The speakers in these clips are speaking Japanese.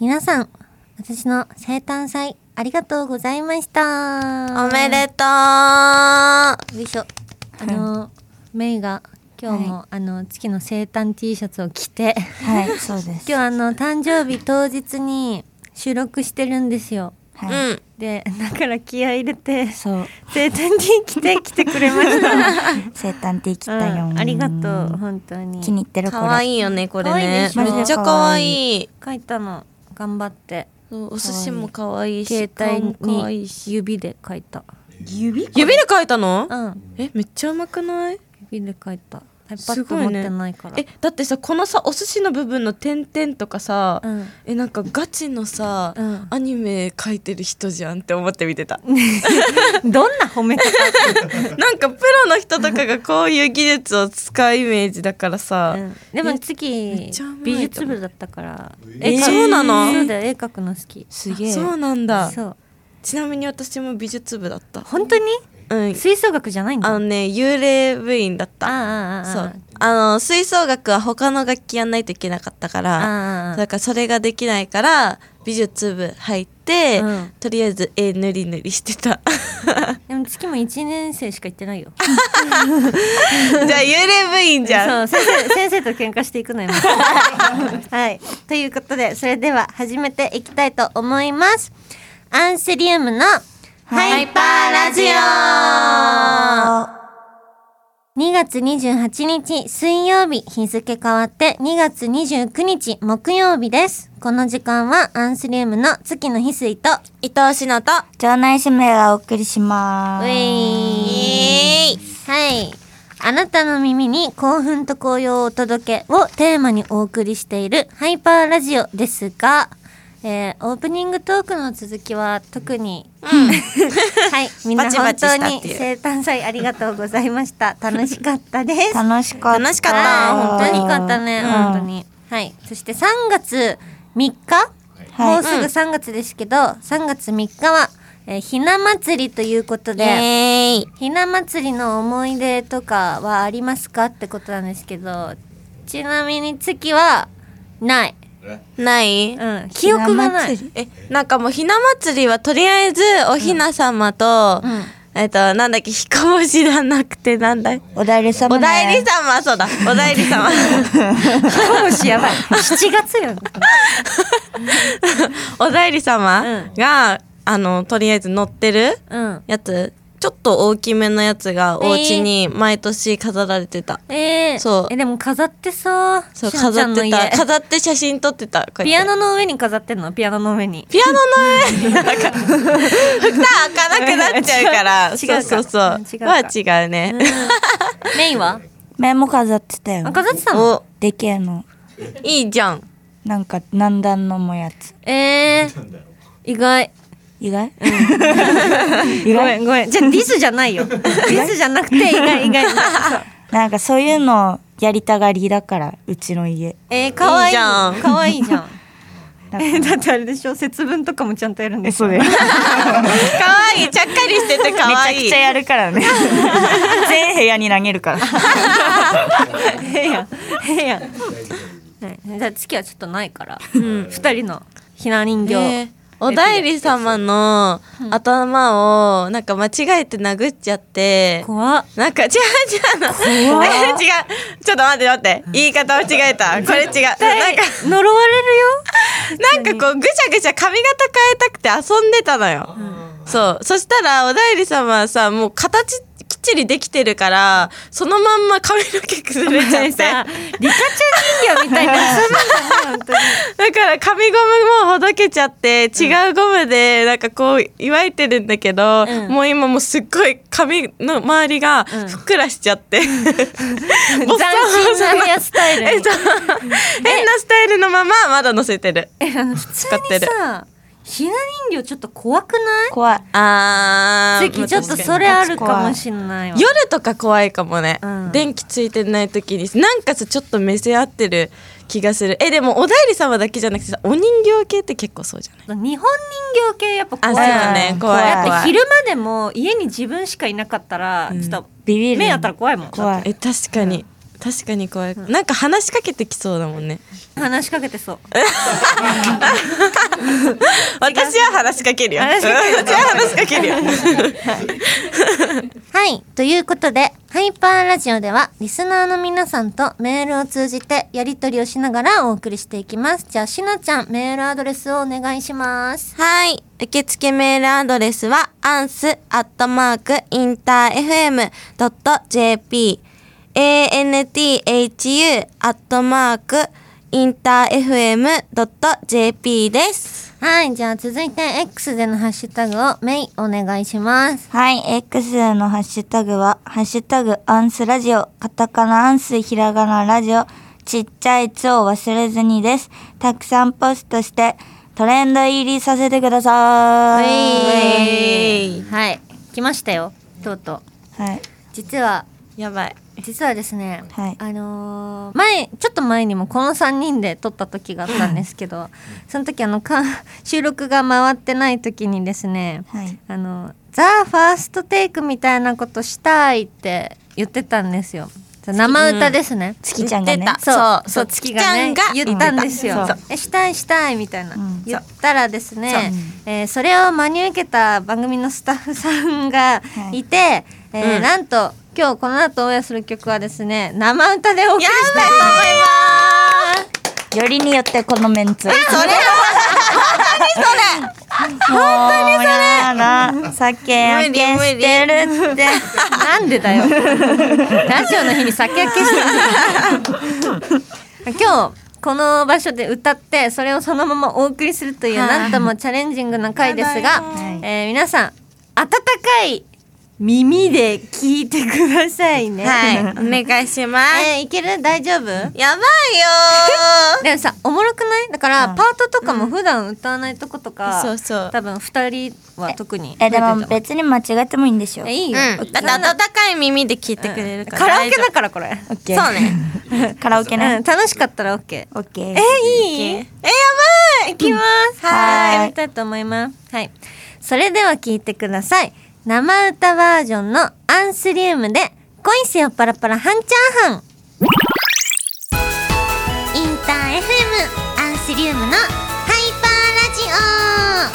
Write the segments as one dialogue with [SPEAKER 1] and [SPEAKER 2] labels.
[SPEAKER 1] 皆さん、私の生誕祭、ありがとうございました。
[SPEAKER 2] おめでとうあ
[SPEAKER 1] よいしょ。あの、メイが、今日も、
[SPEAKER 2] は
[SPEAKER 1] あの、月の生誕 T シャツを着て、
[SPEAKER 3] はい、そうです。
[SPEAKER 1] 今日あの、誕生日当日に収録してるんですよ。
[SPEAKER 2] う
[SPEAKER 3] はい。
[SPEAKER 2] ん。
[SPEAKER 1] で、だから気合い入れて、
[SPEAKER 3] そう、
[SPEAKER 1] 生誕 T 着て来てくれま した。
[SPEAKER 3] 生誕って来
[SPEAKER 1] う
[SPEAKER 3] たよ、
[SPEAKER 1] んありがとう、本当に。
[SPEAKER 3] 気に入ってるこれ。
[SPEAKER 2] 可愛いよね、これ
[SPEAKER 1] 可愛い
[SPEAKER 2] ね
[SPEAKER 1] で。し
[SPEAKER 2] め
[SPEAKER 1] ょ
[SPEAKER 2] っちゃ可愛い。
[SPEAKER 1] 書いたの、頑張って。
[SPEAKER 2] そうお寿司も可愛いし、
[SPEAKER 1] 携帯
[SPEAKER 2] 顔も可愛
[SPEAKER 1] に
[SPEAKER 2] いし。
[SPEAKER 1] 指で書いた。
[SPEAKER 3] 指
[SPEAKER 2] 指で描いたの
[SPEAKER 1] うん、
[SPEAKER 2] え、めっちゃうまくない
[SPEAKER 1] 指で書いた。
[SPEAKER 2] す
[SPEAKER 1] iPad
[SPEAKER 2] ご
[SPEAKER 1] 持
[SPEAKER 2] い
[SPEAKER 1] っ
[SPEAKER 2] ね
[SPEAKER 1] てないから。
[SPEAKER 2] え、だってさ、このさ、お寿司の部分の点々とかさ、
[SPEAKER 1] うん。
[SPEAKER 2] え、なんかガチのさ、
[SPEAKER 1] うん
[SPEAKER 2] アニメ描いてる人じゃんって思って見てた。
[SPEAKER 1] どんな褒め方
[SPEAKER 2] なんかプロの人とかがこういう技術を使うイメージだからさ、
[SPEAKER 1] でも
[SPEAKER 2] っ
[SPEAKER 1] 次
[SPEAKER 2] ちゃうまいと思う
[SPEAKER 1] 美術部だったから
[SPEAKER 2] え
[SPEAKER 1] 描く
[SPEAKER 2] そうなの
[SPEAKER 1] そうだよ絵描くの好き
[SPEAKER 3] すげえ。
[SPEAKER 2] そうなんだ
[SPEAKER 1] そう
[SPEAKER 2] ちなみに私も美術部だった
[SPEAKER 1] 本当に
[SPEAKER 2] うん
[SPEAKER 1] 吹奏楽じゃないんだ
[SPEAKER 2] あのね幽霊部員だっ
[SPEAKER 1] ああ
[SPEAKER 2] た
[SPEAKER 1] ああ
[SPEAKER 2] そうあの吹奏楽は他の楽器やんないといけなかったか
[SPEAKER 1] あ
[SPEAKER 2] ら
[SPEAKER 1] あああ
[SPEAKER 2] だからそれができないから美術部入って、
[SPEAKER 1] うん
[SPEAKER 2] とりあえず絵塗り塗りして た
[SPEAKER 1] でも月も一年生しか行ってないよ
[SPEAKER 2] じゃあ幽霊部員じゃん
[SPEAKER 1] そう先生先生と喧嘩していくのよはいということでそれでは始めていきたいと思いますアンセリウムのハイパーラジオ2月28日水曜日日付変わって2月29日木曜日です。この時間はアンスリウムの月の翡翠と、
[SPEAKER 2] 伊藤しのと
[SPEAKER 3] 場内指名がお送りしま
[SPEAKER 1] ウ
[SPEAKER 3] す。
[SPEAKER 1] ェイはい。あなたの耳に興奮と紅葉をお届けをテーマにお送りしているハイパーラジオですが、えー、オープニングトークの続きは特に、 はい、みんな
[SPEAKER 2] バチバ
[SPEAKER 1] 本
[SPEAKER 2] チ
[SPEAKER 1] 当
[SPEAKER 2] した
[SPEAKER 1] に
[SPEAKER 2] っていう
[SPEAKER 1] 生誕祭ありがとうございました。楽しかったです。
[SPEAKER 3] 楽しかった。
[SPEAKER 2] 楽しかっ
[SPEAKER 1] は
[SPEAKER 2] た
[SPEAKER 1] い本当に良かったね、
[SPEAKER 3] うん
[SPEAKER 1] 本当に。はい、そして3月3日、
[SPEAKER 3] はい
[SPEAKER 1] もうすぐ3月ですけど、3月3日は、えーひな祭りということで、
[SPEAKER 2] イエーイ
[SPEAKER 1] ひな祭りの思い出とかはありますかってことなんですけど、ちなみに月はない。
[SPEAKER 2] ない、
[SPEAKER 1] うん、記憶が ない。
[SPEAKER 2] えなんかもうひな祭りはとりあえずおひな様と、
[SPEAKER 1] うん
[SPEAKER 2] えっとなんだっけ飛行じゃなくてなんだい
[SPEAKER 3] おだいり様、
[SPEAKER 2] おだいり様そうだおだい り様
[SPEAKER 1] 今しやばい。7月よ、ね。
[SPEAKER 2] おだいり
[SPEAKER 1] う
[SPEAKER 2] 様
[SPEAKER 1] ん
[SPEAKER 2] が、あのとりあえず乗ってる
[SPEAKER 1] うん。
[SPEAKER 2] やつちょっと大きめのやつがお家に毎年飾られてた、
[SPEAKER 1] えー、
[SPEAKER 2] そう
[SPEAKER 1] え、でも飾ってさ、
[SPEAKER 2] そう
[SPEAKER 1] しのち
[SPEAKER 2] 飾
[SPEAKER 1] ゃん
[SPEAKER 2] っ
[SPEAKER 1] の
[SPEAKER 2] て
[SPEAKER 1] 家
[SPEAKER 2] た飾って写真撮ってたこうやって
[SPEAKER 1] ピアノの上に飾ってんのピアノの上に。
[SPEAKER 2] ピアノ の上なんか蓋開かなくなっちゃうから
[SPEAKER 1] 違う
[SPEAKER 2] そうそうそう
[SPEAKER 1] 違うか
[SPEAKER 2] は違うね、
[SPEAKER 1] メインは
[SPEAKER 3] 目も飾ってたよ
[SPEAKER 1] あ。飾ってたの
[SPEAKER 2] お
[SPEAKER 3] でけえの。
[SPEAKER 2] いいじゃん
[SPEAKER 3] なんか、何段のもやつ。
[SPEAKER 1] えー、意外。
[SPEAKER 3] 意外
[SPEAKER 1] ご
[SPEAKER 3] 意
[SPEAKER 1] め
[SPEAKER 3] 外
[SPEAKER 1] んごめん。じゃあディスじゃないよ。ディスじゃなくて意外意外。
[SPEAKER 3] なんかそういうのやりたがりだから、うちの家。
[SPEAKER 1] えー、かわいい。
[SPEAKER 2] いいじゃん
[SPEAKER 1] かわいいじゃん。
[SPEAKER 3] だから
[SPEAKER 1] えー、だってあれでしょ節分とかもちゃんとやるんで
[SPEAKER 3] え、
[SPEAKER 1] す
[SPEAKER 3] そうだよ。めち
[SPEAKER 2] 可愛いちゃっかりしてて可
[SPEAKER 3] ゃ
[SPEAKER 2] 愛い
[SPEAKER 3] くちゃやるからね。全部屋に投げるから。
[SPEAKER 1] ええやん。ええやん。はい、じゃあ月はちょっとないから。うん。二人のひな人形。
[SPEAKER 2] えーおだいり様の頭をなんか間違えて殴っちゃって
[SPEAKER 1] 怖っ。
[SPEAKER 2] なんか違う違うの 違うちょっと待って待って言い方を違えたこれ違うなんか
[SPEAKER 1] 呪われるよ。
[SPEAKER 2] なんかこうぐちゃぐちゃ髪型変えたくて遊んでたのよ、そうそしたらおだいり様はさもう形きっちりできてるからそのまんま髪の毛崩れちゃっ
[SPEAKER 1] ね
[SPEAKER 2] て
[SPEAKER 1] さ、リカちゃん人形みたいな。そうなんだね本当に。
[SPEAKER 2] だから紙ゴムもほどけちゃって違うゴムでなんかこう祝いてるんだけど、
[SPEAKER 1] うん
[SPEAKER 2] もう今もうすっごい髪の周りが
[SPEAKER 1] うん
[SPEAKER 2] ふっくらしちゃ って、ボ
[SPEAKER 1] 斬
[SPEAKER 2] ッサボ
[SPEAKER 1] 新
[SPEAKER 2] サ
[SPEAKER 1] なヘアスタイルに。
[SPEAKER 2] えっと 変なスタイルのまままだ乗せてる
[SPEAKER 1] えあの普通
[SPEAKER 2] 使って
[SPEAKER 1] に
[SPEAKER 2] る
[SPEAKER 1] さひな人形ちょっと怖くない
[SPEAKER 3] 怖い。
[SPEAKER 2] あー
[SPEAKER 1] 関ちょっとそれあるかもしんないわ
[SPEAKER 2] 夜とか怖いかもね、
[SPEAKER 1] うん
[SPEAKER 2] 電気ついてない時になんかさちょっと目線合ってる気がするえでもおだいり様だけじゃなくてさお人形系って結構そうじゃない
[SPEAKER 1] 日本人形系やっぱ怖いよ
[SPEAKER 2] あそうだね
[SPEAKER 3] うん
[SPEAKER 2] 怖い
[SPEAKER 1] だ
[SPEAKER 2] 怖い
[SPEAKER 1] って昼間でも家に自分しかいなかったらちょっと
[SPEAKER 3] ビビる。
[SPEAKER 1] 目あったら怖いもん
[SPEAKER 3] 怖い
[SPEAKER 2] え確かに、確かに怖い、なんか話しかけてきそうだもんね
[SPEAKER 1] 話しかけてそう
[SPEAKER 2] 私は話しかけるよ
[SPEAKER 1] 話しかける
[SPEAKER 2] 私は話しかけるよ
[SPEAKER 1] はい。ということで、ハイパーラジオでは、リスナーの皆さんとメールを通じて、やりとりをしながらお送りしていきます。じゃあ、しなちゃん、メールアドレスをお願いします。
[SPEAKER 4] はい。受付メールアドレスは、アンスアットマークインター FM.jp、anthu アットマークインター FM.jp です。
[SPEAKER 1] はい。じゃあ、続いて、X でのハッシュタグを、メイ、お願いします。
[SPEAKER 3] はい、X のハッシュタグは、ハッシュタグアンスラジオ、カタカナアンス、ひらがなラジオ、ちっちゃいつを忘れずにです。たくさんポストして、トレンド入りさせてください。
[SPEAKER 1] はい。来ましたよ。とうとう。
[SPEAKER 3] はい、
[SPEAKER 1] 実は、
[SPEAKER 2] やばい
[SPEAKER 1] 実はですね、
[SPEAKER 3] はい
[SPEAKER 1] あのー前ちょっと前にもこの3人で撮った時があったんですけどその時あのか収録が回ってない時にですね
[SPEAKER 3] はい、
[SPEAKER 1] あのザ・ファーストテイクみたいなことしたいって言ってたんですよ生歌ですね、
[SPEAKER 3] 月ちゃんがね。
[SPEAKER 1] そうそう
[SPEAKER 4] そう
[SPEAKER 1] 月がね
[SPEAKER 4] 月ちゃんが
[SPEAKER 1] 言ったんですよ
[SPEAKER 3] そう
[SPEAKER 1] えしたいしたいみたいな、
[SPEAKER 3] うん
[SPEAKER 1] 言ったらですねそ,、えーそれを真に受けた番組のスタッフさんがいて、えー
[SPEAKER 2] うん
[SPEAKER 1] なんと今日この後応援する曲はですね生歌でお送りしたいと
[SPEAKER 3] よりによってこのメンツ。
[SPEAKER 4] それ
[SPEAKER 3] 本当にそれやだ酒やけしてるって。
[SPEAKER 1] 思いますなんで だよラジオの日に酒焼けしてる今日この場所で歌ってそれをそのままお送りするというなんともチャレンジングな回ですが、
[SPEAKER 3] はい
[SPEAKER 1] えー皆さん温かい耳で聞いてくださいね。
[SPEAKER 2] はいお願いします
[SPEAKER 1] えーいける大丈夫
[SPEAKER 2] や ばいよー
[SPEAKER 1] でもさおもろくないだから
[SPEAKER 3] うん
[SPEAKER 1] パートとかも普段歌わないとことか、
[SPEAKER 2] そうそう
[SPEAKER 1] 多分2人は特に
[SPEAKER 3] え、で
[SPEAKER 1] 増えて
[SPEAKER 3] も
[SPEAKER 1] ると思う
[SPEAKER 3] 別に間違ってもいいんでしょ。
[SPEAKER 1] えいいよ、
[SPEAKER 2] うん、だって温かい耳で聞いてくれるから
[SPEAKER 1] カラオケ
[SPEAKER 2] 大丈
[SPEAKER 1] だからこれ、
[SPEAKER 3] オッケー
[SPEAKER 2] 夫そうね
[SPEAKER 3] カラオケ
[SPEAKER 1] う
[SPEAKER 3] ね
[SPEAKER 1] ん、。楽しかったら OK
[SPEAKER 3] オッケー。
[SPEAKER 1] いいえやばい行きます
[SPEAKER 3] はい
[SPEAKER 1] やりたいと思いますはいそれでは聞いてください生歌バージョンのアンスリウムで恋せよパラパラ半チャーハンインター FM アンスリウムのハイパーラジ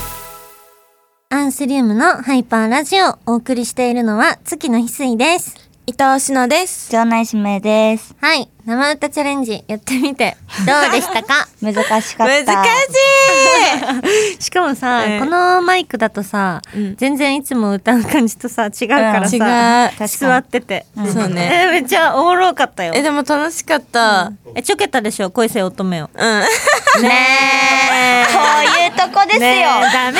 [SPEAKER 1] オアンスリウムのハイパーラジオをお送りしているのは月の翡翠です
[SPEAKER 4] 伊藤しのです。
[SPEAKER 3] 場内指名です。
[SPEAKER 1] はい生歌チャレンジやってみ てどうでしたか
[SPEAKER 3] 難しかっ た。
[SPEAKER 2] 難しい
[SPEAKER 1] しかもさ、
[SPEAKER 2] ええ
[SPEAKER 1] このマイクだとさ、
[SPEAKER 2] うん
[SPEAKER 1] 全然いつも歌う感じとさ違うからさ、
[SPEAKER 2] 違う
[SPEAKER 1] 座ってて、
[SPEAKER 2] んそうね
[SPEAKER 1] えめっちゃおもろかったよ
[SPEAKER 2] えでも楽しかった、うん
[SPEAKER 1] えちょけたでしょ恋せよ乙女をね
[SPEAKER 2] うん、
[SPEAKER 3] ねえ。こういうとこですよ。
[SPEAKER 1] えダメだよね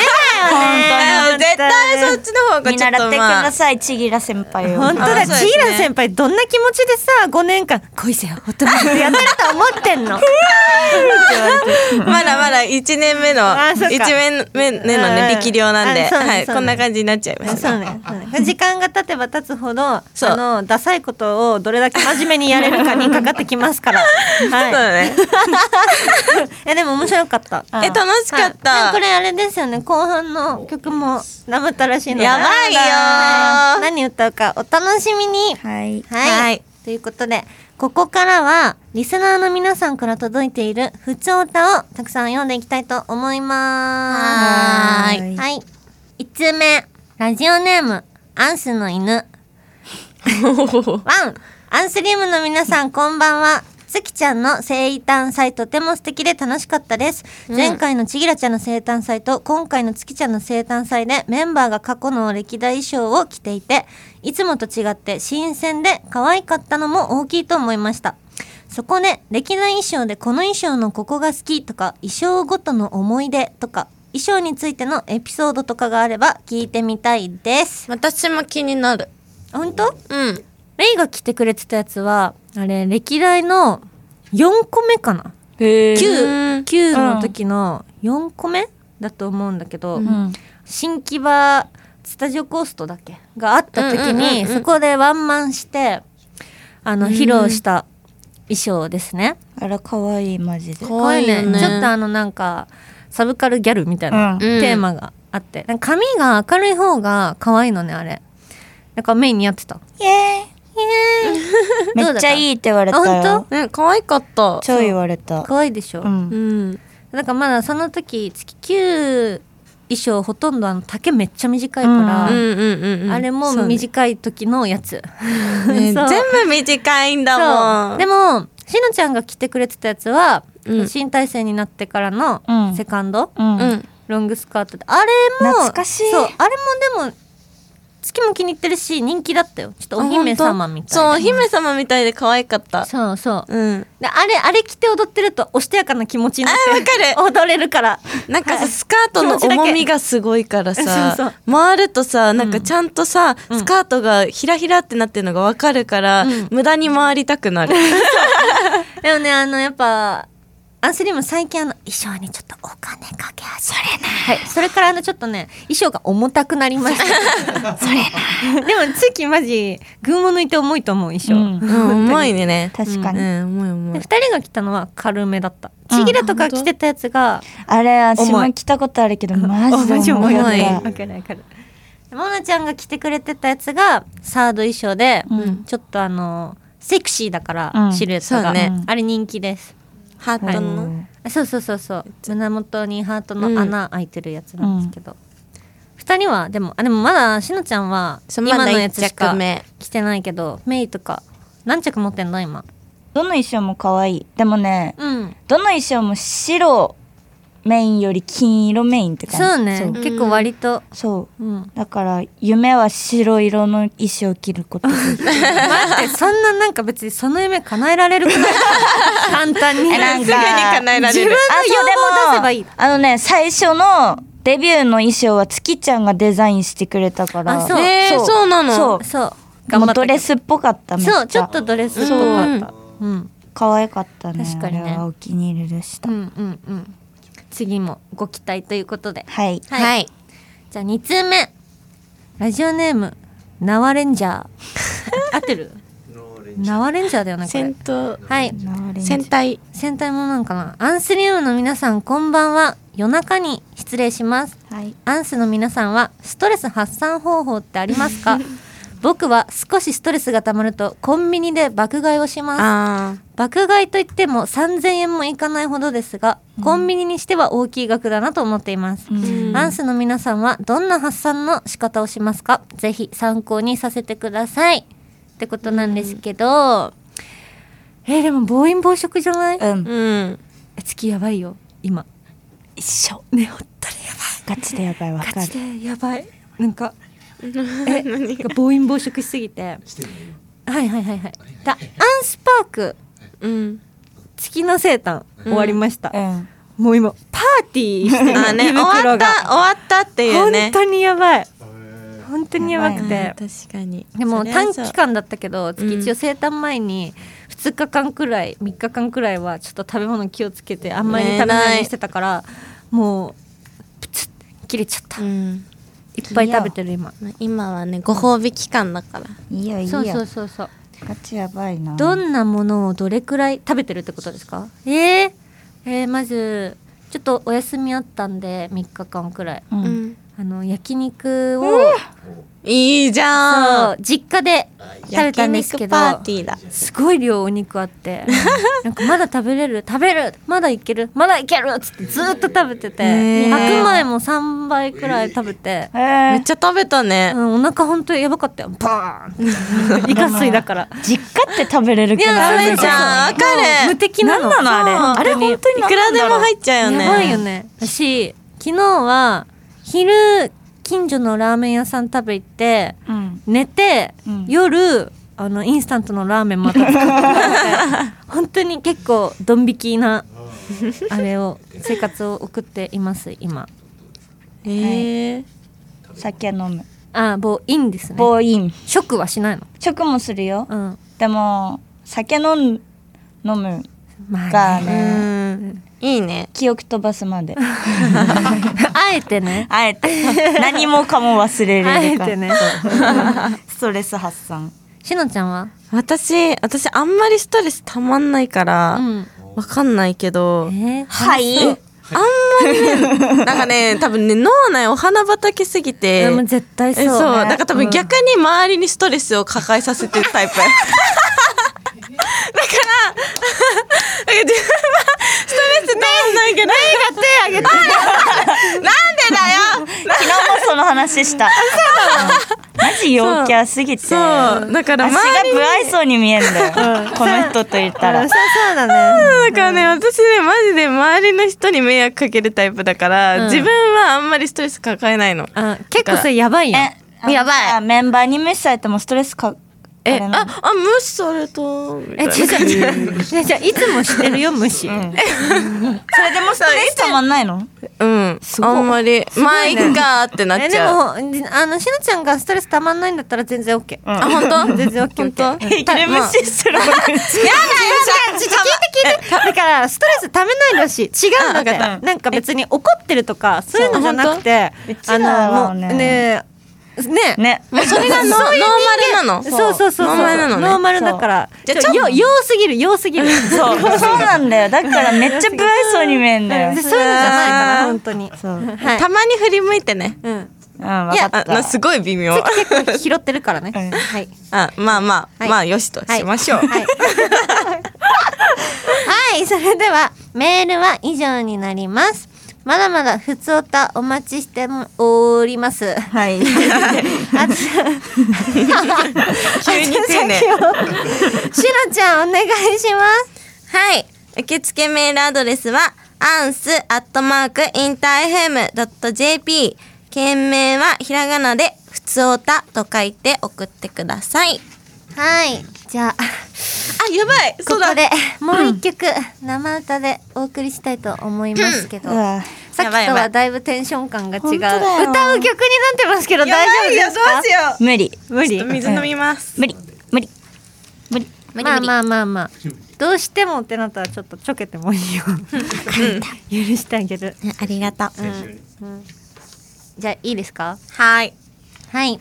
[SPEAKER 2] 絶対そっちの方が
[SPEAKER 3] 見
[SPEAKER 2] ちょっ
[SPEAKER 3] 習
[SPEAKER 2] と
[SPEAKER 3] ってく
[SPEAKER 2] まあ
[SPEAKER 3] ださい、ちぎら先輩を。
[SPEAKER 1] 本当だ、
[SPEAKER 2] あそうです
[SPEAKER 1] チ
[SPEAKER 2] ね
[SPEAKER 1] ーラ先輩どんな気持ちでさ5年間恋せよ乙女ってやってると思ってんの
[SPEAKER 2] まだまだ一年目の
[SPEAKER 1] あそっか
[SPEAKER 2] 一年目のね
[SPEAKER 1] うん
[SPEAKER 2] 力量なんで、
[SPEAKER 1] あそうね
[SPEAKER 2] はい
[SPEAKER 1] そうね
[SPEAKER 2] こんな感じになっちゃいまし
[SPEAKER 1] そ
[SPEAKER 2] た。
[SPEAKER 1] うねそうね時間が経てば経つほどあ
[SPEAKER 2] そう
[SPEAKER 1] のダサいことをどれだけ真面目にやれるかにかかってきます から、
[SPEAKER 2] そ
[SPEAKER 1] は
[SPEAKER 2] う
[SPEAKER 1] い、
[SPEAKER 2] だね。
[SPEAKER 1] えでも面白かった
[SPEAKER 2] え楽しかっ
[SPEAKER 1] は
[SPEAKER 2] た。
[SPEAKER 1] いこれあれですよね後半の曲も生歌らしいので
[SPEAKER 2] やばいよー
[SPEAKER 1] はい何歌うかお楽しみに
[SPEAKER 3] はい。
[SPEAKER 1] はい、
[SPEAKER 2] はい
[SPEAKER 1] ということでここからはリスナーの皆さんから届いている普通歌をたくさん読んでいきたいと思いま
[SPEAKER 3] は
[SPEAKER 1] す
[SPEAKER 3] ーい
[SPEAKER 1] はい1通目ラジオネームアンスの犬 ワン、アンスリウムの皆さん、こんばんは。月ちゃんの生誕祭とても素敵で楽しかったです。前回のちぎらちゃんの生誕祭と今回の月ちゃんの生誕祭でメンバーが過去の歴代衣装を着ていて、いつもと違って新鮮で可愛かったのも大きいと思いました。そこで歴代衣装でこの衣装のここが好きとか衣装ごとの思い出とか衣装についてのエピソードとかがあれば聞いてみたいです。
[SPEAKER 2] 私も気になる。
[SPEAKER 1] 本当
[SPEAKER 2] うん。
[SPEAKER 1] レイが着てくれてたやつはあれ歴代の4個目かな
[SPEAKER 3] へ
[SPEAKER 1] 9の時の4個目だと思うんだけど、
[SPEAKER 3] うん。
[SPEAKER 1] 新木場スタジオコーストだっけがあった時
[SPEAKER 2] うんうんうん
[SPEAKER 1] に
[SPEAKER 2] うん
[SPEAKER 1] そこでワンマンしてあの披露した衣装ですね。
[SPEAKER 3] あら、かわいい、マジで。
[SPEAKER 2] 可愛いよね
[SPEAKER 1] ちょっとあのなんかサブカルギャルみたいな
[SPEAKER 3] うん
[SPEAKER 1] テーマがあって、なんか髪が明るい方が可愛いのねあれ。なんかメインに合ってた。
[SPEAKER 3] イエーイ。めっちゃいいって言われた
[SPEAKER 1] 本
[SPEAKER 3] よ。
[SPEAKER 2] うん、可愛かった。
[SPEAKER 3] 超言われた。
[SPEAKER 1] 可愛いでしょ、
[SPEAKER 3] うん
[SPEAKER 2] う。ん。
[SPEAKER 1] なんかまだその時月9衣装ほとんどあの丈めっちゃ短いから、
[SPEAKER 2] うんうんうんうん。
[SPEAKER 1] あれも短い時のやつ、
[SPEAKER 2] そう ね。
[SPEAKER 1] そう
[SPEAKER 2] 全部短いんだ
[SPEAKER 1] そ
[SPEAKER 2] もん。
[SPEAKER 1] うで
[SPEAKER 2] も、
[SPEAKER 1] もしのちゃんが着てくれてたやつは、
[SPEAKER 2] うん
[SPEAKER 1] 新体制になってからの
[SPEAKER 3] うん
[SPEAKER 1] セカンド、
[SPEAKER 3] うん。
[SPEAKER 2] う
[SPEAKER 3] うん
[SPEAKER 2] ん。
[SPEAKER 1] ロングスカートであれも
[SPEAKER 3] 懐かしい
[SPEAKER 1] そうあれもでも月も気に入ってるし人気だったよちょっとお姫様みたいな
[SPEAKER 2] そう、お姫様みたいで可愛かった。
[SPEAKER 1] そうそう
[SPEAKER 2] うん。
[SPEAKER 1] であれあれ着て踊ってるとおしとやかな気持ちになって
[SPEAKER 2] あ
[SPEAKER 1] 踊れるから
[SPEAKER 2] なんか
[SPEAKER 1] は
[SPEAKER 2] さ
[SPEAKER 1] い
[SPEAKER 2] スカートの重みがすごいからさ
[SPEAKER 1] そう
[SPEAKER 2] 回るとさなんかちゃんとさ、
[SPEAKER 1] ん
[SPEAKER 2] スカートがひらひらってなってるのがわかるから、
[SPEAKER 1] うん
[SPEAKER 2] 無駄に回りたくなる
[SPEAKER 1] でもねあのやっぱアンスリーム最近あの衣装にちょっとお金かけ始めなはいそれからあのちょっとね衣装が重たくなりました それなでも月マジ群を抜いて重いと思う衣装、
[SPEAKER 3] うん
[SPEAKER 2] うん重いね
[SPEAKER 3] 確か
[SPEAKER 2] う
[SPEAKER 3] に。
[SPEAKER 2] ん重い重
[SPEAKER 1] で
[SPEAKER 2] い
[SPEAKER 1] 2人が着たのは軽めだったちぎらとか着てたやつが、
[SPEAKER 3] あれ、私
[SPEAKER 1] 重
[SPEAKER 3] も
[SPEAKER 1] い
[SPEAKER 3] 着たことあるけど、マジで重
[SPEAKER 2] 重い
[SPEAKER 3] い。
[SPEAKER 2] 重い
[SPEAKER 1] わかるわかるモナちゃんが着てくれてたやつがサード衣装で、
[SPEAKER 3] うん
[SPEAKER 1] ちょっとあのセクシーだから、
[SPEAKER 3] うん
[SPEAKER 1] シルエット
[SPEAKER 2] そ
[SPEAKER 1] が、
[SPEAKER 2] うね
[SPEAKER 1] あれ人気です
[SPEAKER 2] ハートの、
[SPEAKER 3] うん
[SPEAKER 1] あそうそうそうそう胸元にハートの穴開いてるやつなんですけど、二人はでもあでもまだしのちゃんは
[SPEAKER 2] そうま
[SPEAKER 1] 今
[SPEAKER 2] だ
[SPEAKER 1] のやつしか
[SPEAKER 2] 一着目
[SPEAKER 1] 着てないけどメイとか何着持ってんの今
[SPEAKER 3] どの衣装も可愛い。でもね、
[SPEAKER 1] うん
[SPEAKER 3] どの衣装も白メインより金色メインって
[SPEAKER 1] そ
[SPEAKER 3] 感
[SPEAKER 1] う
[SPEAKER 3] じ。
[SPEAKER 1] ね結構割と、
[SPEAKER 3] そう。
[SPEAKER 1] うん、
[SPEAKER 3] だから、夢は白色の衣装を着ることです。
[SPEAKER 1] 待ってそんななんか別にその夢叶えられるくない 簡単に
[SPEAKER 3] えなんか
[SPEAKER 2] すぐに叶えられる
[SPEAKER 1] 自分の要望を出せばいい
[SPEAKER 3] あそうでもあのね最初のデビューの衣装は月ちゃんがデザインしてくれたから
[SPEAKER 1] あそう
[SPEAKER 2] えーそうなの
[SPEAKER 3] そう
[SPEAKER 1] そう
[SPEAKER 3] もう
[SPEAKER 1] けど
[SPEAKER 3] ドレスっぽかっためっちゃ
[SPEAKER 1] そうちょっとドレスっぽかったうん
[SPEAKER 3] 可愛かったね
[SPEAKER 1] 確かにね
[SPEAKER 3] あれはお気に入りでした、
[SPEAKER 1] うんうんうん次もご期待ということで
[SPEAKER 3] はい
[SPEAKER 1] はい、じゃあ2通目ラジオネームナワレンジャー 合ってるナワレンジャーだよねこれ
[SPEAKER 2] 戦闘
[SPEAKER 1] はい
[SPEAKER 3] ナーレンジ
[SPEAKER 2] 戦隊
[SPEAKER 1] 戦隊ものなんかなアンスリウムの皆さんこんばんは夜中に失礼します
[SPEAKER 3] はい
[SPEAKER 1] アンスの皆さんはストレス発散方法ってありますか僕は少しストレスがたまるとコンビニで爆買いをします
[SPEAKER 2] あ
[SPEAKER 1] 爆買いといっても3000円もいかないほどですがコンビニにしては大きい額だなと思っています、
[SPEAKER 2] ん
[SPEAKER 1] アンスの皆さんはどんな発散の仕方をしますかぜひ参考にさせてくださいってことなんですけど、えーでも暴飲暴食じゃない、
[SPEAKER 3] う
[SPEAKER 2] ー
[SPEAKER 3] ん
[SPEAKER 2] うん
[SPEAKER 1] 月やばいよ今
[SPEAKER 3] 一緒
[SPEAKER 1] ねほんとにやばい
[SPEAKER 3] ガチでやばいわか
[SPEAKER 1] ガ
[SPEAKER 3] る
[SPEAKER 1] チでやばいなんかえなんか暴飲暴食しすぎてはいはいはいはいだアンスパーク
[SPEAKER 2] うん
[SPEAKER 1] 月の生誕終わりました、
[SPEAKER 3] うん
[SPEAKER 1] もう今パーティーしてる
[SPEAKER 2] あーね
[SPEAKER 1] 胃
[SPEAKER 2] 終わ
[SPEAKER 1] 袋
[SPEAKER 2] っ
[SPEAKER 1] が
[SPEAKER 2] た終わったっていう
[SPEAKER 1] 本
[SPEAKER 2] ね
[SPEAKER 1] 当にやばい本当にやばくて、
[SPEAKER 2] うん確かに
[SPEAKER 1] でも
[SPEAKER 2] そりゃそう
[SPEAKER 1] 短期間だったけど月
[SPEAKER 2] うん
[SPEAKER 1] 一応生誕前に2日間くらい3日間くらいはちょっと食べ物気をつけてあんまり食べないようにしてたからもうプツッ切れちゃった、
[SPEAKER 2] う
[SPEAKER 1] いっ
[SPEAKER 2] ん
[SPEAKER 1] ぱい食べてる今
[SPEAKER 2] まあ今はねご褒美期間だから
[SPEAKER 3] いいよいいよ
[SPEAKER 1] そうそうそうそう
[SPEAKER 3] ガチやばいな
[SPEAKER 1] どんなものをどれくらい食べてるってことですかえー、えーまずちょっとお休みあったんで3日間くらい
[SPEAKER 3] うん
[SPEAKER 2] うん
[SPEAKER 1] あの焼肉を、
[SPEAKER 2] いいじ
[SPEAKER 1] そ
[SPEAKER 2] ゃ
[SPEAKER 1] うん実家で食べたんですけど
[SPEAKER 2] 焼肉パーティーだ
[SPEAKER 1] すごい量お肉あ ってなんかまだ食べれる食べるまだいけるまだいけるっつってずーっと食べてて、
[SPEAKER 2] へー
[SPEAKER 1] 白米も3倍くらい食べて、
[SPEAKER 3] えー
[SPEAKER 2] めっちゃ食べたね
[SPEAKER 1] うん、お腹ほんとやばかったよバーンって イカ水だから。
[SPEAKER 3] 実家って食べれるけど
[SPEAKER 2] やダメじゃんわかる
[SPEAKER 1] 無敵なの
[SPEAKER 3] なんなのあれ
[SPEAKER 1] そう
[SPEAKER 3] あれ本当に
[SPEAKER 2] いくらでも入っちゃうよね
[SPEAKER 1] やばいよねだし昨日は昼近所のラーメン屋さん食べ行って
[SPEAKER 3] うん
[SPEAKER 1] 寝て、
[SPEAKER 3] うん
[SPEAKER 1] 夜あのインスタントのラーメンまた作って本当に結構ドン引きなあれを生活を送っています今
[SPEAKER 2] ええ
[SPEAKER 3] 酒飲む
[SPEAKER 1] あ暴飲ですね
[SPEAKER 3] 暴飲
[SPEAKER 1] 食はしないの
[SPEAKER 3] 食もするよ
[SPEAKER 1] うん
[SPEAKER 3] でも酒飲ん飲む
[SPEAKER 1] ま
[SPEAKER 3] が
[SPEAKER 1] あ、ね、
[SPEAKER 3] ね
[SPEAKER 2] うんいいね
[SPEAKER 3] 記憶飛ばすまで
[SPEAKER 1] あえてね
[SPEAKER 3] あえて何もかも忘れ
[SPEAKER 1] あ
[SPEAKER 3] れる
[SPEAKER 1] え
[SPEAKER 3] か
[SPEAKER 1] て
[SPEAKER 3] ら
[SPEAKER 1] ね
[SPEAKER 3] ストレス発散
[SPEAKER 1] しのちゃんは
[SPEAKER 2] 私私あんまりストレスたまんないから、
[SPEAKER 1] うん
[SPEAKER 2] わかんないけど
[SPEAKER 1] えー、
[SPEAKER 3] はい
[SPEAKER 1] 楽し
[SPEAKER 2] なんか ね多分ね脳内お花畑すぎて
[SPEAKER 1] でも絶対そう、
[SPEAKER 2] え
[SPEAKER 1] ね、
[SPEAKER 2] そうだから多分逆に周りにストレスを抱えさせてる タイプだからだから自分はストレスたまんないけど
[SPEAKER 1] 手あげて
[SPEAKER 2] なんでだよ
[SPEAKER 3] 昨日もその話した。マジ陽キャすぎて。
[SPEAKER 2] そうだから
[SPEAKER 3] 足が
[SPEAKER 2] 周りに
[SPEAKER 3] 不愛想に見えんだよ。この人といた
[SPEAKER 1] う
[SPEAKER 3] ら
[SPEAKER 1] ん。そうそうだね
[SPEAKER 2] だからね私ねマジで周りの人に迷惑かけるタイプだから、
[SPEAKER 1] ん
[SPEAKER 2] 自分はあんまりストレス抱えないの
[SPEAKER 1] あ結構それやばいよ
[SPEAKER 3] え
[SPEAKER 1] やばい
[SPEAKER 3] あメンバーに無視されてもストレスか。
[SPEAKER 2] え
[SPEAKER 3] れ
[SPEAKER 2] あ
[SPEAKER 3] なの
[SPEAKER 2] あ無視されたみた
[SPEAKER 1] え違
[SPEAKER 2] いな
[SPEAKER 1] う違う違う違ういつもしてるよ無視、
[SPEAKER 3] それでもストレスたまんないの？
[SPEAKER 2] うん
[SPEAKER 3] ごい
[SPEAKER 2] あんまりまあい
[SPEAKER 3] い
[SPEAKER 2] っ
[SPEAKER 3] ね
[SPEAKER 2] かってなっ
[SPEAKER 1] え
[SPEAKER 2] ち
[SPEAKER 1] で
[SPEAKER 2] ゃう
[SPEAKER 1] もあのしのちゃんがストレスたまんないんだったら全然 OK、
[SPEAKER 2] あ本当
[SPEAKER 1] 全然 OK
[SPEAKER 2] 本当
[SPEAKER 1] OK
[SPEAKER 3] 平気で無視する。
[SPEAKER 1] 違う違う聞いて聞いてだからストレスためないらしい違うんだっ
[SPEAKER 2] あわかって
[SPEAKER 1] なんか別に怒ってるとかそういうのじゃなくて
[SPEAKER 3] そう本
[SPEAKER 1] もう
[SPEAKER 3] 当うちらはね
[SPEAKER 1] ねね
[SPEAKER 3] ね。
[SPEAKER 2] もうそれがノノーマルなの
[SPEAKER 1] そうそうそうそう
[SPEAKER 2] ノーマルなのね
[SPEAKER 1] ノーマルだから
[SPEAKER 2] じゃあ
[SPEAKER 1] ちょ
[SPEAKER 2] ちょ
[SPEAKER 1] よようすぎるようすぎる
[SPEAKER 3] そ うそうなんだよ。だからめっちゃ不愛想に見えんだよ。
[SPEAKER 1] でそういうのじゃないから本当に
[SPEAKER 3] そう。うん、
[SPEAKER 1] はい
[SPEAKER 2] たまに振り向いてね
[SPEAKER 1] うん
[SPEAKER 3] わかっ
[SPEAKER 2] あ
[SPEAKER 3] た。
[SPEAKER 2] なすごい微妙
[SPEAKER 1] 結構拾ってるからね
[SPEAKER 3] うん
[SPEAKER 1] はい
[SPEAKER 2] あまあまあ、
[SPEAKER 1] はい
[SPEAKER 2] まあよしとしましょう、
[SPEAKER 1] はい。はい、それではメールは以上になります。まだまだ普通歌お待ちしております。
[SPEAKER 3] はい。
[SPEAKER 1] あつ
[SPEAKER 2] 急に丁 寧
[SPEAKER 1] しのちゃんお願いします。
[SPEAKER 4] はい。受付メールアドレスは、アンスアットマークインター FM.jp。件名はひらがなで、ふつおたと書いて送ってください。
[SPEAKER 1] はい、じゃあ
[SPEAKER 2] あやばい
[SPEAKER 1] こ
[SPEAKER 2] そうだ
[SPEAKER 1] こでもう一曲生歌でお送りしたいと思いますけど。
[SPEAKER 3] うわ
[SPEAKER 1] さっき
[SPEAKER 2] やばい
[SPEAKER 1] と
[SPEAKER 2] やば
[SPEAKER 1] はいだいぶテンション感が違う歌
[SPEAKER 3] 本
[SPEAKER 1] う
[SPEAKER 3] 当だよ
[SPEAKER 1] 曲になってますけど大丈夫ですか
[SPEAKER 2] よ
[SPEAKER 3] 無理
[SPEAKER 1] 無理
[SPEAKER 2] ちょっと水飲みます、
[SPEAKER 3] 無理無理無理。
[SPEAKER 1] まあまあまあまあ どうしてもってなったらちょっとちょけてもいいよ許してあげる、
[SPEAKER 4] ねありがとう。
[SPEAKER 1] うんじゃあいいですか
[SPEAKER 2] はい
[SPEAKER 1] はい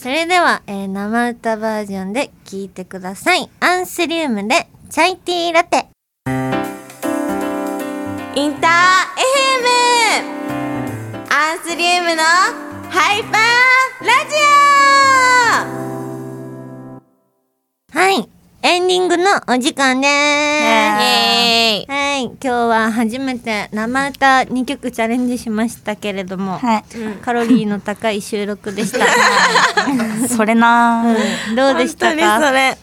[SPEAKER 1] それでは、えー生歌バージョンで聴いてくださいアンスリウムでチャイティーラテ
[SPEAKER 4] インター FM! アンスリウムのハイパーラジオ
[SPEAKER 1] はいエンディングのお時間でーす
[SPEAKER 3] イ
[SPEAKER 4] えー
[SPEAKER 1] はい今日は初めて生歌2曲チャレンジしましたけれども、
[SPEAKER 3] は
[SPEAKER 1] カロリーの高い収録でした、
[SPEAKER 3] い。それな。
[SPEAKER 1] うんどうでした
[SPEAKER 2] 本当にそ
[SPEAKER 1] か
[SPEAKER 2] れ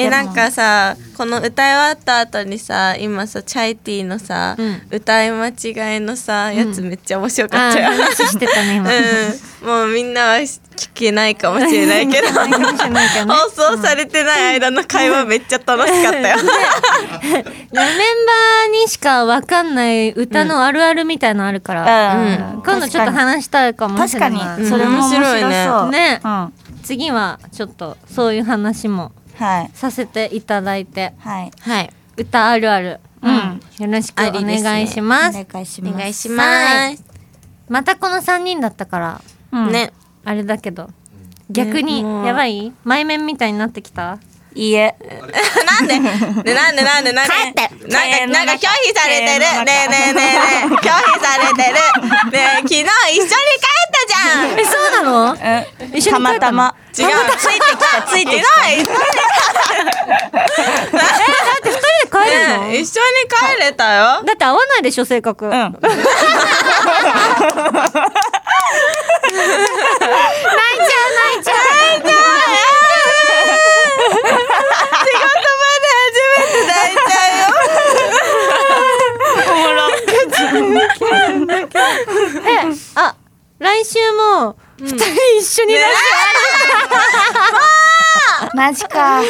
[SPEAKER 2] え
[SPEAKER 3] でも
[SPEAKER 2] なんかさこの歌い終わった後にさ今さチャイティーのさ、
[SPEAKER 1] うん
[SPEAKER 2] 歌い間違いのさやつめっちゃ面白か
[SPEAKER 1] あ
[SPEAKER 2] った
[SPEAKER 1] ー
[SPEAKER 2] よ、
[SPEAKER 1] 話してたね今、
[SPEAKER 2] うん、もうみんなは聞けないかもしれないけど放送されてない間の会話めっちゃ楽しかったよ
[SPEAKER 1] ねメンバーにしかわかんない歌のあるあるみたいのあるから、
[SPEAKER 3] うん
[SPEAKER 1] うん今度ちょっと話したいかもし
[SPEAKER 3] 確
[SPEAKER 1] れな
[SPEAKER 3] か
[SPEAKER 1] い
[SPEAKER 3] に
[SPEAKER 2] ん
[SPEAKER 3] それも面白
[SPEAKER 2] 面
[SPEAKER 3] そ
[SPEAKER 2] 白
[SPEAKER 3] う。
[SPEAKER 1] いねね
[SPEAKER 3] うん。は
[SPEAKER 1] 次はちょっとそういう話も
[SPEAKER 3] い
[SPEAKER 1] させていただいて
[SPEAKER 3] はい。
[SPEAKER 4] はい。
[SPEAKER 1] 歌あるある、
[SPEAKER 3] うん
[SPEAKER 1] よろしくお
[SPEAKER 4] ありですね
[SPEAKER 1] 願いします
[SPEAKER 3] お願いし
[SPEAKER 4] お
[SPEAKER 3] ま
[SPEAKER 4] 願い
[SPEAKER 3] す。
[SPEAKER 4] します。
[SPEAKER 1] またこの3人だったから
[SPEAKER 3] うん
[SPEAKER 4] ね。
[SPEAKER 1] あれだけど逆に
[SPEAKER 2] もう
[SPEAKER 1] やばい前面みたいになってきた
[SPEAKER 3] いいえ。
[SPEAKER 2] なんでねなんでなんでなんで
[SPEAKER 4] 帰って
[SPEAKER 2] なんかなんか拒否されてる
[SPEAKER 3] 家の中
[SPEAKER 2] ねえねえねえねえ拒否されてるねえ昨日一緒に帰ったじゃ ん
[SPEAKER 1] えそうなの
[SPEAKER 3] うん
[SPEAKER 1] 一緒に帰ったの
[SPEAKER 3] たまたま。
[SPEAKER 2] 違うついてきたついてきた一緒に
[SPEAKER 1] え帰るの、
[SPEAKER 2] 一緒に帰れたよ
[SPEAKER 1] だって合わないでしょ性格、
[SPEAKER 3] うん。
[SPEAKER 1] 泣い
[SPEAKER 3] うん
[SPEAKER 1] ちゃう泣いちゃう
[SPEAKER 2] 初めて泣いちゃうよ
[SPEAKER 1] えあ来週も二人一緒になる、
[SPEAKER 3] マジか。
[SPEAKER 2] マ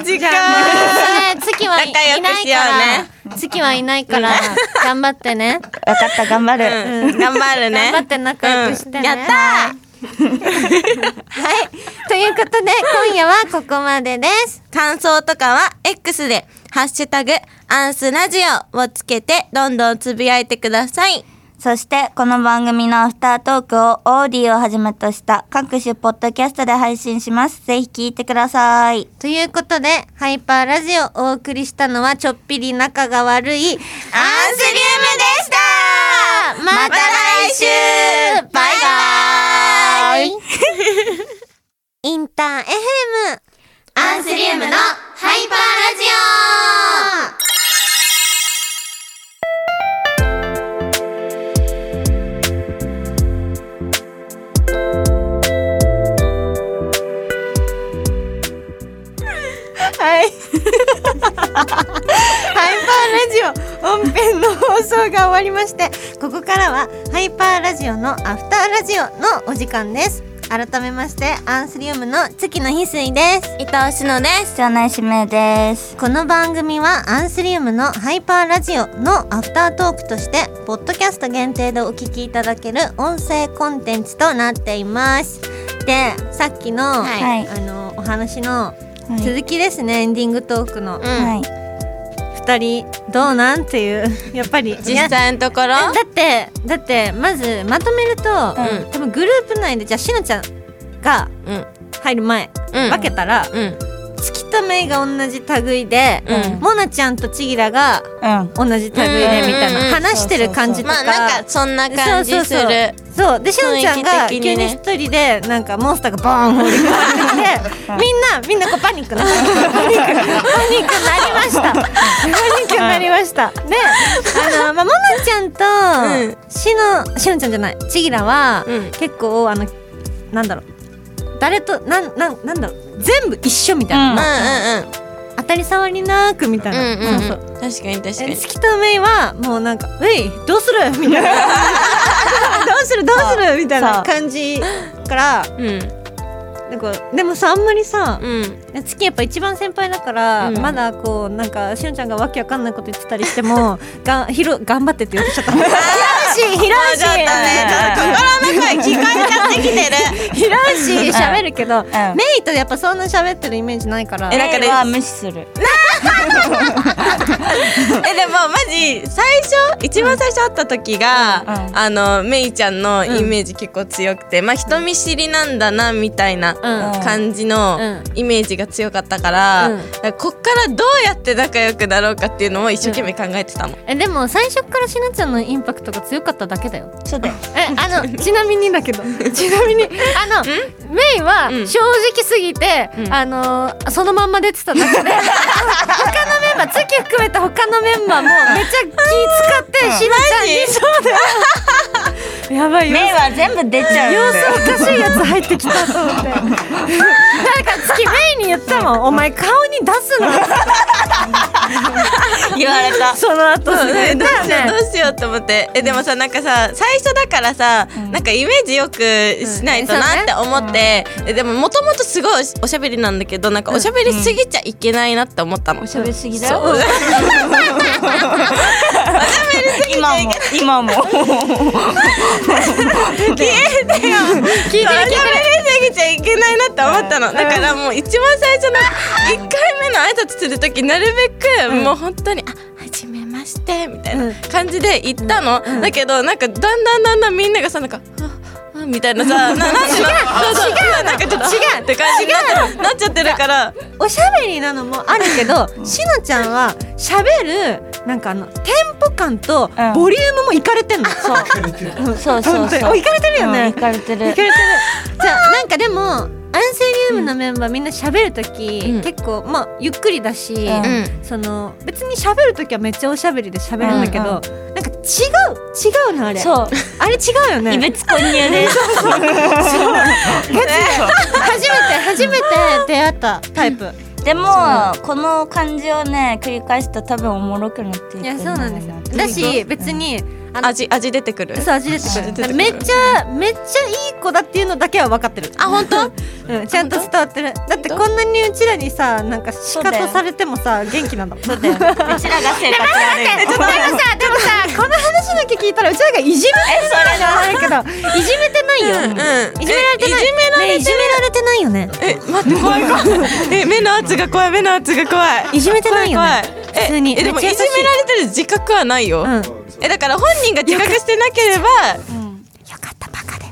[SPEAKER 2] ジか
[SPEAKER 1] えー月はい
[SPEAKER 2] 仲良く
[SPEAKER 1] いない
[SPEAKER 2] しよ
[SPEAKER 1] から、月はいない から頑張ってね
[SPEAKER 3] わかった頑張る。
[SPEAKER 2] うん頑張る
[SPEAKER 1] 頑
[SPEAKER 2] ね
[SPEAKER 1] 張って仲良くしてね
[SPEAKER 2] うんやったー
[SPEAKER 1] はいということで今夜はここまでです
[SPEAKER 4] 感想とかは X で、ハッシュタグ、アンスラジオをつけて、どんどんつぶやいてください。
[SPEAKER 3] そしてこの番組のアフタートークをオーディをはじめとした各種ポッドキャストで配信します。ぜひ聞いてください。
[SPEAKER 1] ということでハイパーラジオをお送りしたのはちょっぴり仲が悪いアンスリウムでしたインター FM
[SPEAKER 4] アンスリウムのハイパーラジオ
[SPEAKER 1] ハ
[SPEAKER 2] はい。
[SPEAKER 1] イパーラジオ本編の放送が終わりましてここからはハイパーラジオのアフターラジオのお時間です改めましてアンスリウムの月野翡翠です
[SPEAKER 4] 伊藤しのです
[SPEAKER 3] 貴重な使命です。
[SPEAKER 1] この番組はアンスリウムのハイパーラジオのアフタートークとしてポッドキャスト限定でお聞きいただける音声コンテンツとなっていますでさっきの、
[SPEAKER 4] はい
[SPEAKER 3] はい
[SPEAKER 1] あのお話の
[SPEAKER 3] はい
[SPEAKER 1] 続きですね、エンディングトークの
[SPEAKER 4] うん、
[SPEAKER 3] はい。
[SPEAKER 1] 2人どうなんっていうやっぱり
[SPEAKER 2] 実際のところ
[SPEAKER 1] だってだってまずまとめると、
[SPEAKER 2] ん
[SPEAKER 1] 多分グループ内でじゃあしのちゃんが
[SPEAKER 2] うん
[SPEAKER 1] 入る前、
[SPEAKER 2] うん
[SPEAKER 1] 分けたら
[SPEAKER 2] うん
[SPEAKER 1] 月とめいが同じ類で、
[SPEAKER 2] うん
[SPEAKER 1] もなちゃんとちぎらが
[SPEAKER 3] うん。
[SPEAKER 1] 同じ類でみたいな、
[SPEAKER 2] うんうんうん
[SPEAKER 1] 話してる感じと
[SPEAKER 2] ま
[SPEAKER 1] か。
[SPEAKER 2] あなんかそんな感じす
[SPEAKER 1] そうそう
[SPEAKER 2] る
[SPEAKER 1] そうそうでしのちゃんが
[SPEAKER 2] 雰
[SPEAKER 1] 急
[SPEAKER 2] 囲気的に
[SPEAKER 1] に
[SPEAKER 2] ね
[SPEAKER 1] 一人でなんかモンスターがバーン降りてきてみん なみんなこうパニックなパニックパニックになりましたパニックになりましたであのまあ、もなちゃんとしのしのちゃんじゃないちぎらは、
[SPEAKER 2] うん
[SPEAKER 1] 結構あのなんだろう誰となんなんなんだろう全部一緒みたいな、
[SPEAKER 3] うん
[SPEAKER 2] う
[SPEAKER 1] 当たり障りなくみたいな、
[SPEAKER 2] んうんうんうん
[SPEAKER 1] そうそう
[SPEAKER 2] うん確かに確か
[SPEAKER 1] え
[SPEAKER 2] に
[SPEAKER 1] 月とメイはもうなんか「ういどうする?」 みたいな「どうするどうする?」みたい
[SPEAKER 3] そ
[SPEAKER 1] な
[SPEAKER 3] う
[SPEAKER 1] 感じから
[SPEAKER 2] うん
[SPEAKER 1] なんかでもさあんまりさ
[SPEAKER 2] うん
[SPEAKER 1] 月やっぱ一番先輩だから、
[SPEAKER 2] うん
[SPEAKER 1] まだこうなんかしゅんちゃんがわけわかんないこと言ってたりして もがひろ頑張ってって言ってちゃった広いし広いし
[SPEAKER 2] ちょっとねちょっと心の声聞こえちゃってきてる
[SPEAKER 1] 広いし喋るけど、
[SPEAKER 3] ん
[SPEAKER 1] メイとやっぱそんな喋ってるイメージないから
[SPEAKER 2] えなんかね
[SPEAKER 3] 彼は無視する。
[SPEAKER 2] えでもマジ最初一番最初会った時が、
[SPEAKER 3] うんうん
[SPEAKER 2] あのメイちゃんのイメージ結構強くて、まあ人見知りなんだなみたいな
[SPEAKER 1] うん
[SPEAKER 2] 感じの
[SPEAKER 1] うん
[SPEAKER 2] イメージが強かったから,、
[SPEAKER 1] うん
[SPEAKER 2] こっからどうやって仲良くなろうかっていうのを一生懸命考えてたの、
[SPEAKER 1] えでも最初からしなちゃんのインパクトが強かっただけだよ
[SPEAKER 3] そうだよ。
[SPEAKER 1] えあ のちなみにだけどちなみにあのメイは
[SPEAKER 2] うん
[SPEAKER 1] 正直すぎて、
[SPEAKER 2] うん
[SPEAKER 1] あのーそのまんま出てただけ で他のメンバー月含めた他のメンバーもめっちゃ気使ってしなちゃんにそうだよやばいよ
[SPEAKER 3] 目は全部出ちゃ
[SPEAKER 1] 様
[SPEAKER 3] うんだよ。
[SPEAKER 1] 子おかしいやつ入ってきたと思ってなんか月メイに言ったもん「お前顔に出すの」
[SPEAKER 3] 言われた。
[SPEAKER 1] その後
[SPEAKER 2] そう
[SPEAKER 1] す
[SPEAKER 2] ね、
[SPEAKER 1] ぐ
[SPEAKER 2] どうし
[SPEAKER 1] だ
[SPEAKER 2] よう
[SPEAKER 1] よ
[SPEAKER 2] どうしようと思ってえでもさなんかさ最初だからさ、なんかイメージよくしないとなって思って、えでももともとすごいおしゃべりなんだけどなんかおしゃべりすぎちゃいけないなって思ったの、
[SPEAKER 3] 喋りすぎだよ。
[SPEAKER 2] 今
[SPEAKER 3] 今も今も。
[SPEAKER 2] 聞いてる喋りすぎちゃいけないなって思ったの、だからもう一番最初の1回目の挨拶する時なるべくもう本当に「あはじめまして」みたいな感じで言ったの、だけどなんかだんだんだんだんみんながさなんか「ああみたいなさ、ななんていうの、そうそうなんかちょっと違うって感じになっなっちゃってるから、
[SPEAKER 1] おしゃべりなのもあるけどしのちゃんはしゃべるなんかあのテンポ感と
[SPEAKER 3] うん
[SPEAKER 1] ボリュームもいかれてんの、そう
[SPEAKER 3] そうそうそう。
[SPEAKER 1] いかれてるよね、
[SPEAKER 3] 行かれてる
[SPEAKER 1] いか。れてるじゃあなんかでもアンセリウムのメンバーみんなしゃべる時、
[SPEAKER 2] うん
[SPEAKER 1] 結構まあゆっくりだし、
[SPEAKER 3] うん
[SPEAKER 2] ん、
[SPEAKER 1] その別にしゃべる時はめっちゃおしゃべりでしゃべるんだけど、なんか違う違うのあれ
[SPEAKER 3] そう。
[SPEAKER 1] あれ違うよね
[SPEAKER 3] 異物混入 です。
[SPEAKER 1] 初めて初めて出会ったタイプ
[SPEAKER 3] でもこの感じをね繰り返すと多分おもろくなっていくん
[SPEAKER 1] い
[SPEAKER 3] だよ
[SPEAKER 1] や
[SPEAKER 3] ね
[SPEAKER 1] そうなんですよだし別にあの
[SPEAKER 2] 味味出てくる。
[SPEAKER 1] そう味出て
[SPEAKER 2] 味
[SPEAKER 1] く
[SPEAKER 2] 出てく
[SPEAKER 1] る
[SPEAKER 2] る
[SPEAKER 1] めっちゃめっちゃいい子だっていうのだけは分かってる
[SPEAKER 2] あ本当？
[SPEAKER 1] うん、ちゃんと伝わってるだってこんなにうちらにさなんか仕
[SPEAKER 3] うだよ
[SPEAKER 1] 方されてもさ元気なんだもんそうだよ でもさ
[SPEAKER 3] うちらが生活悪い
[SPEAKER 1] でもさこの話だけ聞いたらうちらがいじめてるじゃないけどいじめてないよ、
[SPEAKER 2] うん
[SPEAKER 1] いじめられてない
[SPEAKER 2] えいじめられて
[SPEAKER 1] ねいじめられて
[SPEAKER 2] る
[SPEAKER 1] ないよね
[SPEAKER 2] え待って怖い怖い。え目の圧が怖い目の圧が怖い。
[SPEAKER 1] いじめてないよね
[SPEAKER 2] 怖い怖い
[SPEAKER 1] 普通に
[SPEAKER 2] ええでもい
[SPEAKER 1] めっ
[SPEAKER 2] じ
[SPEAKER 1] ちゃ
[SPEAKER 2] め
[SPEAKER 1] 優しい
[SPEAKER 2] られてる自覚はないよ、
[SPEAKER 1] うんよ
[SPEAKER 2] えだから本人が自覚してなければ
[SPEAKER 1] かったバカで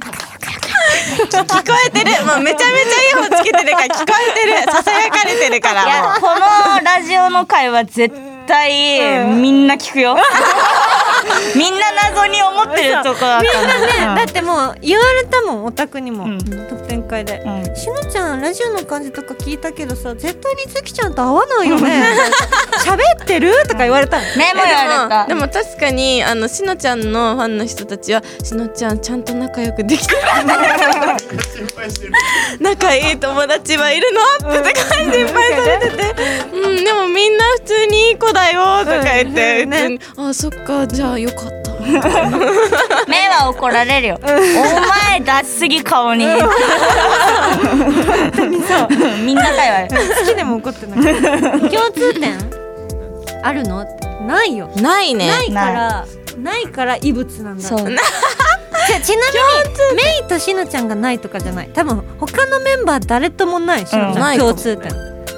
[SPEAKER 2] 聞こえてるもうめちゃめちゃいい方つけてるから聞こえてるささやかれてるか
[SPEAKER 3] いや
[SPEAKER 2] ら
[SPEAKER 3] このラジオの会は絶対みんな聞くよ みんな謎に思ってるとこだから
[SPEAKER 1] だってもう言われたもんオタクにも、特典会で、
[SPEAKER 3] うん
[SPEAKER 1] しのちゃんラジオの感じとか聞いたけどさ絶対につきちゃんと合わないよね 喋ってるとか言われたの
[SPEAKER 3] メモやれた
[SPEAKER 2] でも 確かにあのしのちゃんのファンの人たちはしのちゃんちゃんと仲良くで きてる
[SPEAKER 5] 心配してる。
[SPEAKER 2] 仲いい友達はいるのって感じいっぱいされてて、うん、でもみんな普通にいい子だよとか言って、
[SPEAKER 1] うんね
[SPEAKER 2] 普通にあそっかじゃあよかった
[SPEAKER 3] 目は怒られるよ。お前出しすぎ顔に。 本当にそう。みんなだよ。
[SPEAKER 1] 好きでも怒ってなかった共通点あるのないよ
[SPEAKER 2] ないね
[SPEAKER 1] ないからないから異物なんだ
[SPEAKER 3] そう。
[SPEAKER 1] ちちなみにメイとしのちゃんがないとかじゃない多分他のメンバー誰ともないしのちゃん
[SPEAKER 2] ないかも
[SPEAKER 1] 共通点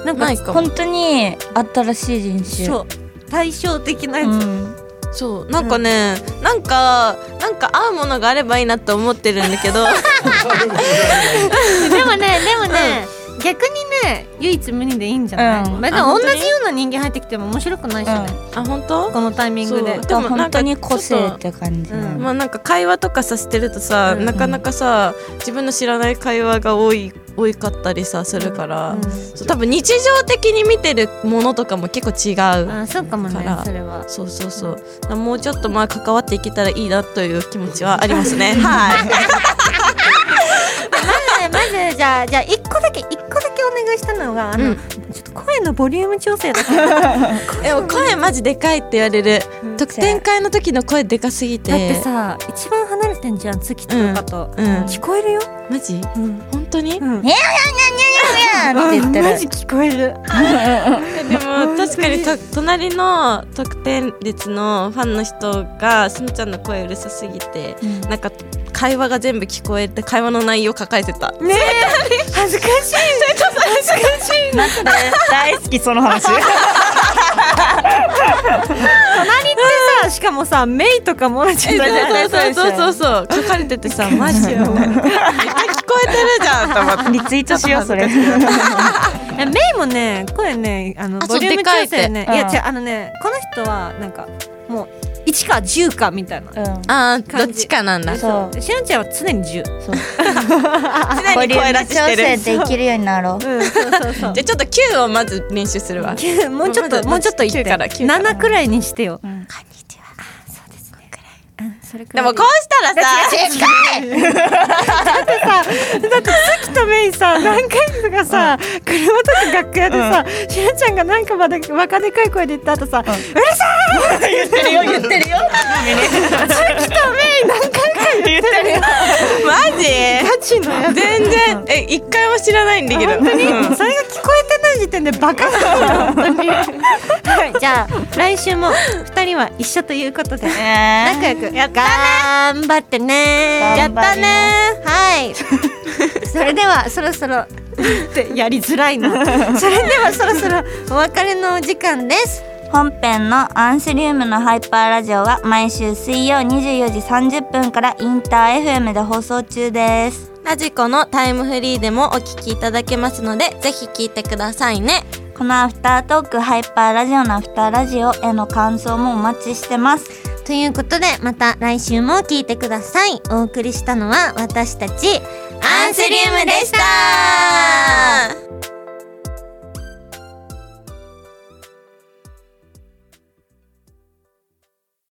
[SPEAKER 1] なん
[SPEAKER 2] な
[SPEAKER 1] か
[SPEAKER 2] いかも
[SPEAKER 3] 本当に新しい人種。
[SPEAKER 1] そう対照的なやつ、
[SPEAKER 3] うん。
[SPEAKER 2] そうなんかね、なんかなんか合うものがあればいいなと思ってるんだけ ど
[SPEAKER 1] でもねでもね、逆にね唯一無二でいいんじゃない、
[SPEAKER 3] うん
[SPEAKER 1] まあ、で
[SPEAKER 2] あ
[SPEAKER 1] も
[SPEAKER 2] 本
[SPEAKER 1] 同
[SPEAKER 2] 当に
[SPEAKER 1] じような人間入ってきても面白くないしね、
[SPEAKER 2] あ本当
[SPEAKER 1] このタイミングで
[SPEAKER 2] そう
[SPEAKER 3] でも
[SPEAKER 2] でもな
[SPEAKER 3] 本
[SPEAKER 2] んか
[SPEAKER 3] 当に個性って感じ。
[SPEAKER 1] ちょっとうん
[SPEAKER 2] まあなんか会話とかさしてるとさ、
[SPEAKER 1] うん
[SPEAKER 2] なかなかさ自分の知らない会話が多い多かったりさするから、
[SPEAKER 1] うん
[SPEAKER 2] そう多分日常的に見てるものとかも結構違う、
[SPEAKER 1] あそうかも
[SPEAKER 2] か
[SPEAKER 1] ね
[SPEAKER 2] ら
[SPEAKER 1] それは
[SPEAKER 2] そうそうそうだからもうちょっとまあ関わっていけたらいいなという気持ちはありますね はい
[SPEAKER 1] まずまずじゃあじゃあ一個だけ一個だけお願いしたのがあの、
[SPEAKER 2] うん
[SPEAKER 1] ちょっと声のボリューム調整だけ だっ
[SPEAKER 2] でも声マジでかいって言われる
[SPEAKER 1] うん
[SPEAKER 2] 特典会の時の声でかすぎて
[SPEAKER 1] てさ一番離れてんじゃん月とかと、
[SPEAKER 2] うん
[SPEAKER 1] 聞こえるよ、
[SPEAKER 2] マジ
[SPEAKER 1] うん
[SPEAKER 2] 本当に、
[SPEAKER 1] うん
[SPEAKER 3] えやんやんやんやんやんって言
[SPEAKER 1] マ
[SPEAKER 3] って
[SPEAKER 1] ジ
[SPEAKER 3] る。
[SPEAKER 1] 聞こえる
[SPEAKER 2] でも確かにと隣の特典列のファンの人がしのちゃんの声うるさすぎて、
[SPEAKER 3] うん
[SPEAKER 2] なんか会話が全部聞こえて会話の内容抱えてた
[SPEAKER 1] ねえ恥ずかしい
[SPEAKER 2] ちょっと恥ずかしいな
[SPEAKER 3] 大好きその話。
[SPEAKER 1] 隣ってさしかもさメイとかもらちゃったじゃん
[SPEAKER 2] そうそうそうそうそう書かれててさ マジよみたいな聞こえてるじゃんと思って
[SPEAKER 3] リツイートしようそれ。
[SPEAKER 1] えメイもね声ねあの
[SPEAKER 2] あ
[SPEAKER 1] ボリューム
[SPEAKER 2] そうでかい
[SPEAKER 1] 調
[SPEAKER 2] って
[SPEAKER 1] 整ねいや
[SPEAKER 3] うん
[SPEAKER 1] 違うあのねこの人はなんかもう1か10かみたいな
[SPEAKER 3] う
[SPEAKER 2] あーど
[SPEAKER 1] 感じ
[SPEAKER 2] っちかなんだ
[SPEAKER 3] ん。そう。
[SPEAKER 1] しのちゃんは常に10
[SPEAKER 3] そう。
[SPEAKER 2] 常
[SPEAKER 3] ボ
[SPEAKER 2] に
[SPEAKER 3] リュ
[SPEAKER 2] 声
[SPEAKER 3] ー
[SPEAKER 2] 出
[SPEAKER 3] ム
[SPEAKER 2] し
[SPEAKER 3] 調
[SPEAKER 2] して
[SPEAKER 3] 整
[SPEAKER 2] る
[SPEAKER 3] できるようになろう。
[SPEAKER 1] うんそうそうそう
[SPEAKER 2] じゃあちょっと9をまず練習す るわ
[SPEAKER 1] 9もうちょっ
[SPEAKER 2] ま
[SPEAKER 1] と
[SPEAKER 2] ず
[SPEAKER 1] もうちょっといって
[SPEAKER 2] 9から9から
[SPEAKER 1] 7くらいにしてよ
[SPEAKER 3] ん
[SPEAKER 1] こんにちはあそうですねくらいうんそれく
[SPEAKER 2] で
[SPEAKER 1] らい
[SPEAKER 2] もこうしたらさ
[SPEAKER 1] だってさっきとメイさ何回とかさ車とか楽屋でさしのちゃんがなんかまだバカでかい声で言った後さ「うるさい!」言ってるよ言ってるよさっきとメイ何回か言ってるよ
[SPEAKER 2] マジ
[SPEAKER 1] ガチのやつ
[SPEAKER 2] 全然え一回も知らないんだけど
[SPEAKER 1] 本当に、
[SPEAKER 2] うん
[SPEAKER 1] それが聞こえてない時点でバカだよ本当にはいじゃあ来週も二人は一緒ということで仲
[SPEAKER 3] 仲
[SPEAKER 1] 良く頑張ってね
[SPEAKER 3] 頑張り
[SPEAKER 1] はい それではそろそろ ってやりづらいな それではそろそろお別れのお時間です
[SPEAKER 3] 本編のアンスリウムのハイパーラジオは毎週水曜24時30分からインター FM で放送中です。
[SPEAKER 4] ラジコのタイムフリーでもお聞きいただけますので、ぜひ聞いてくださいね。
[SPEAKER 3] このアフタートークハイパーラジオのアフターラジオへの感想もお待ちしてます。
[SPEAKER 1] ということでまた来週も聞いてくださいお送りしたのは私たち
[SPEAKER 4] アンスリウムでした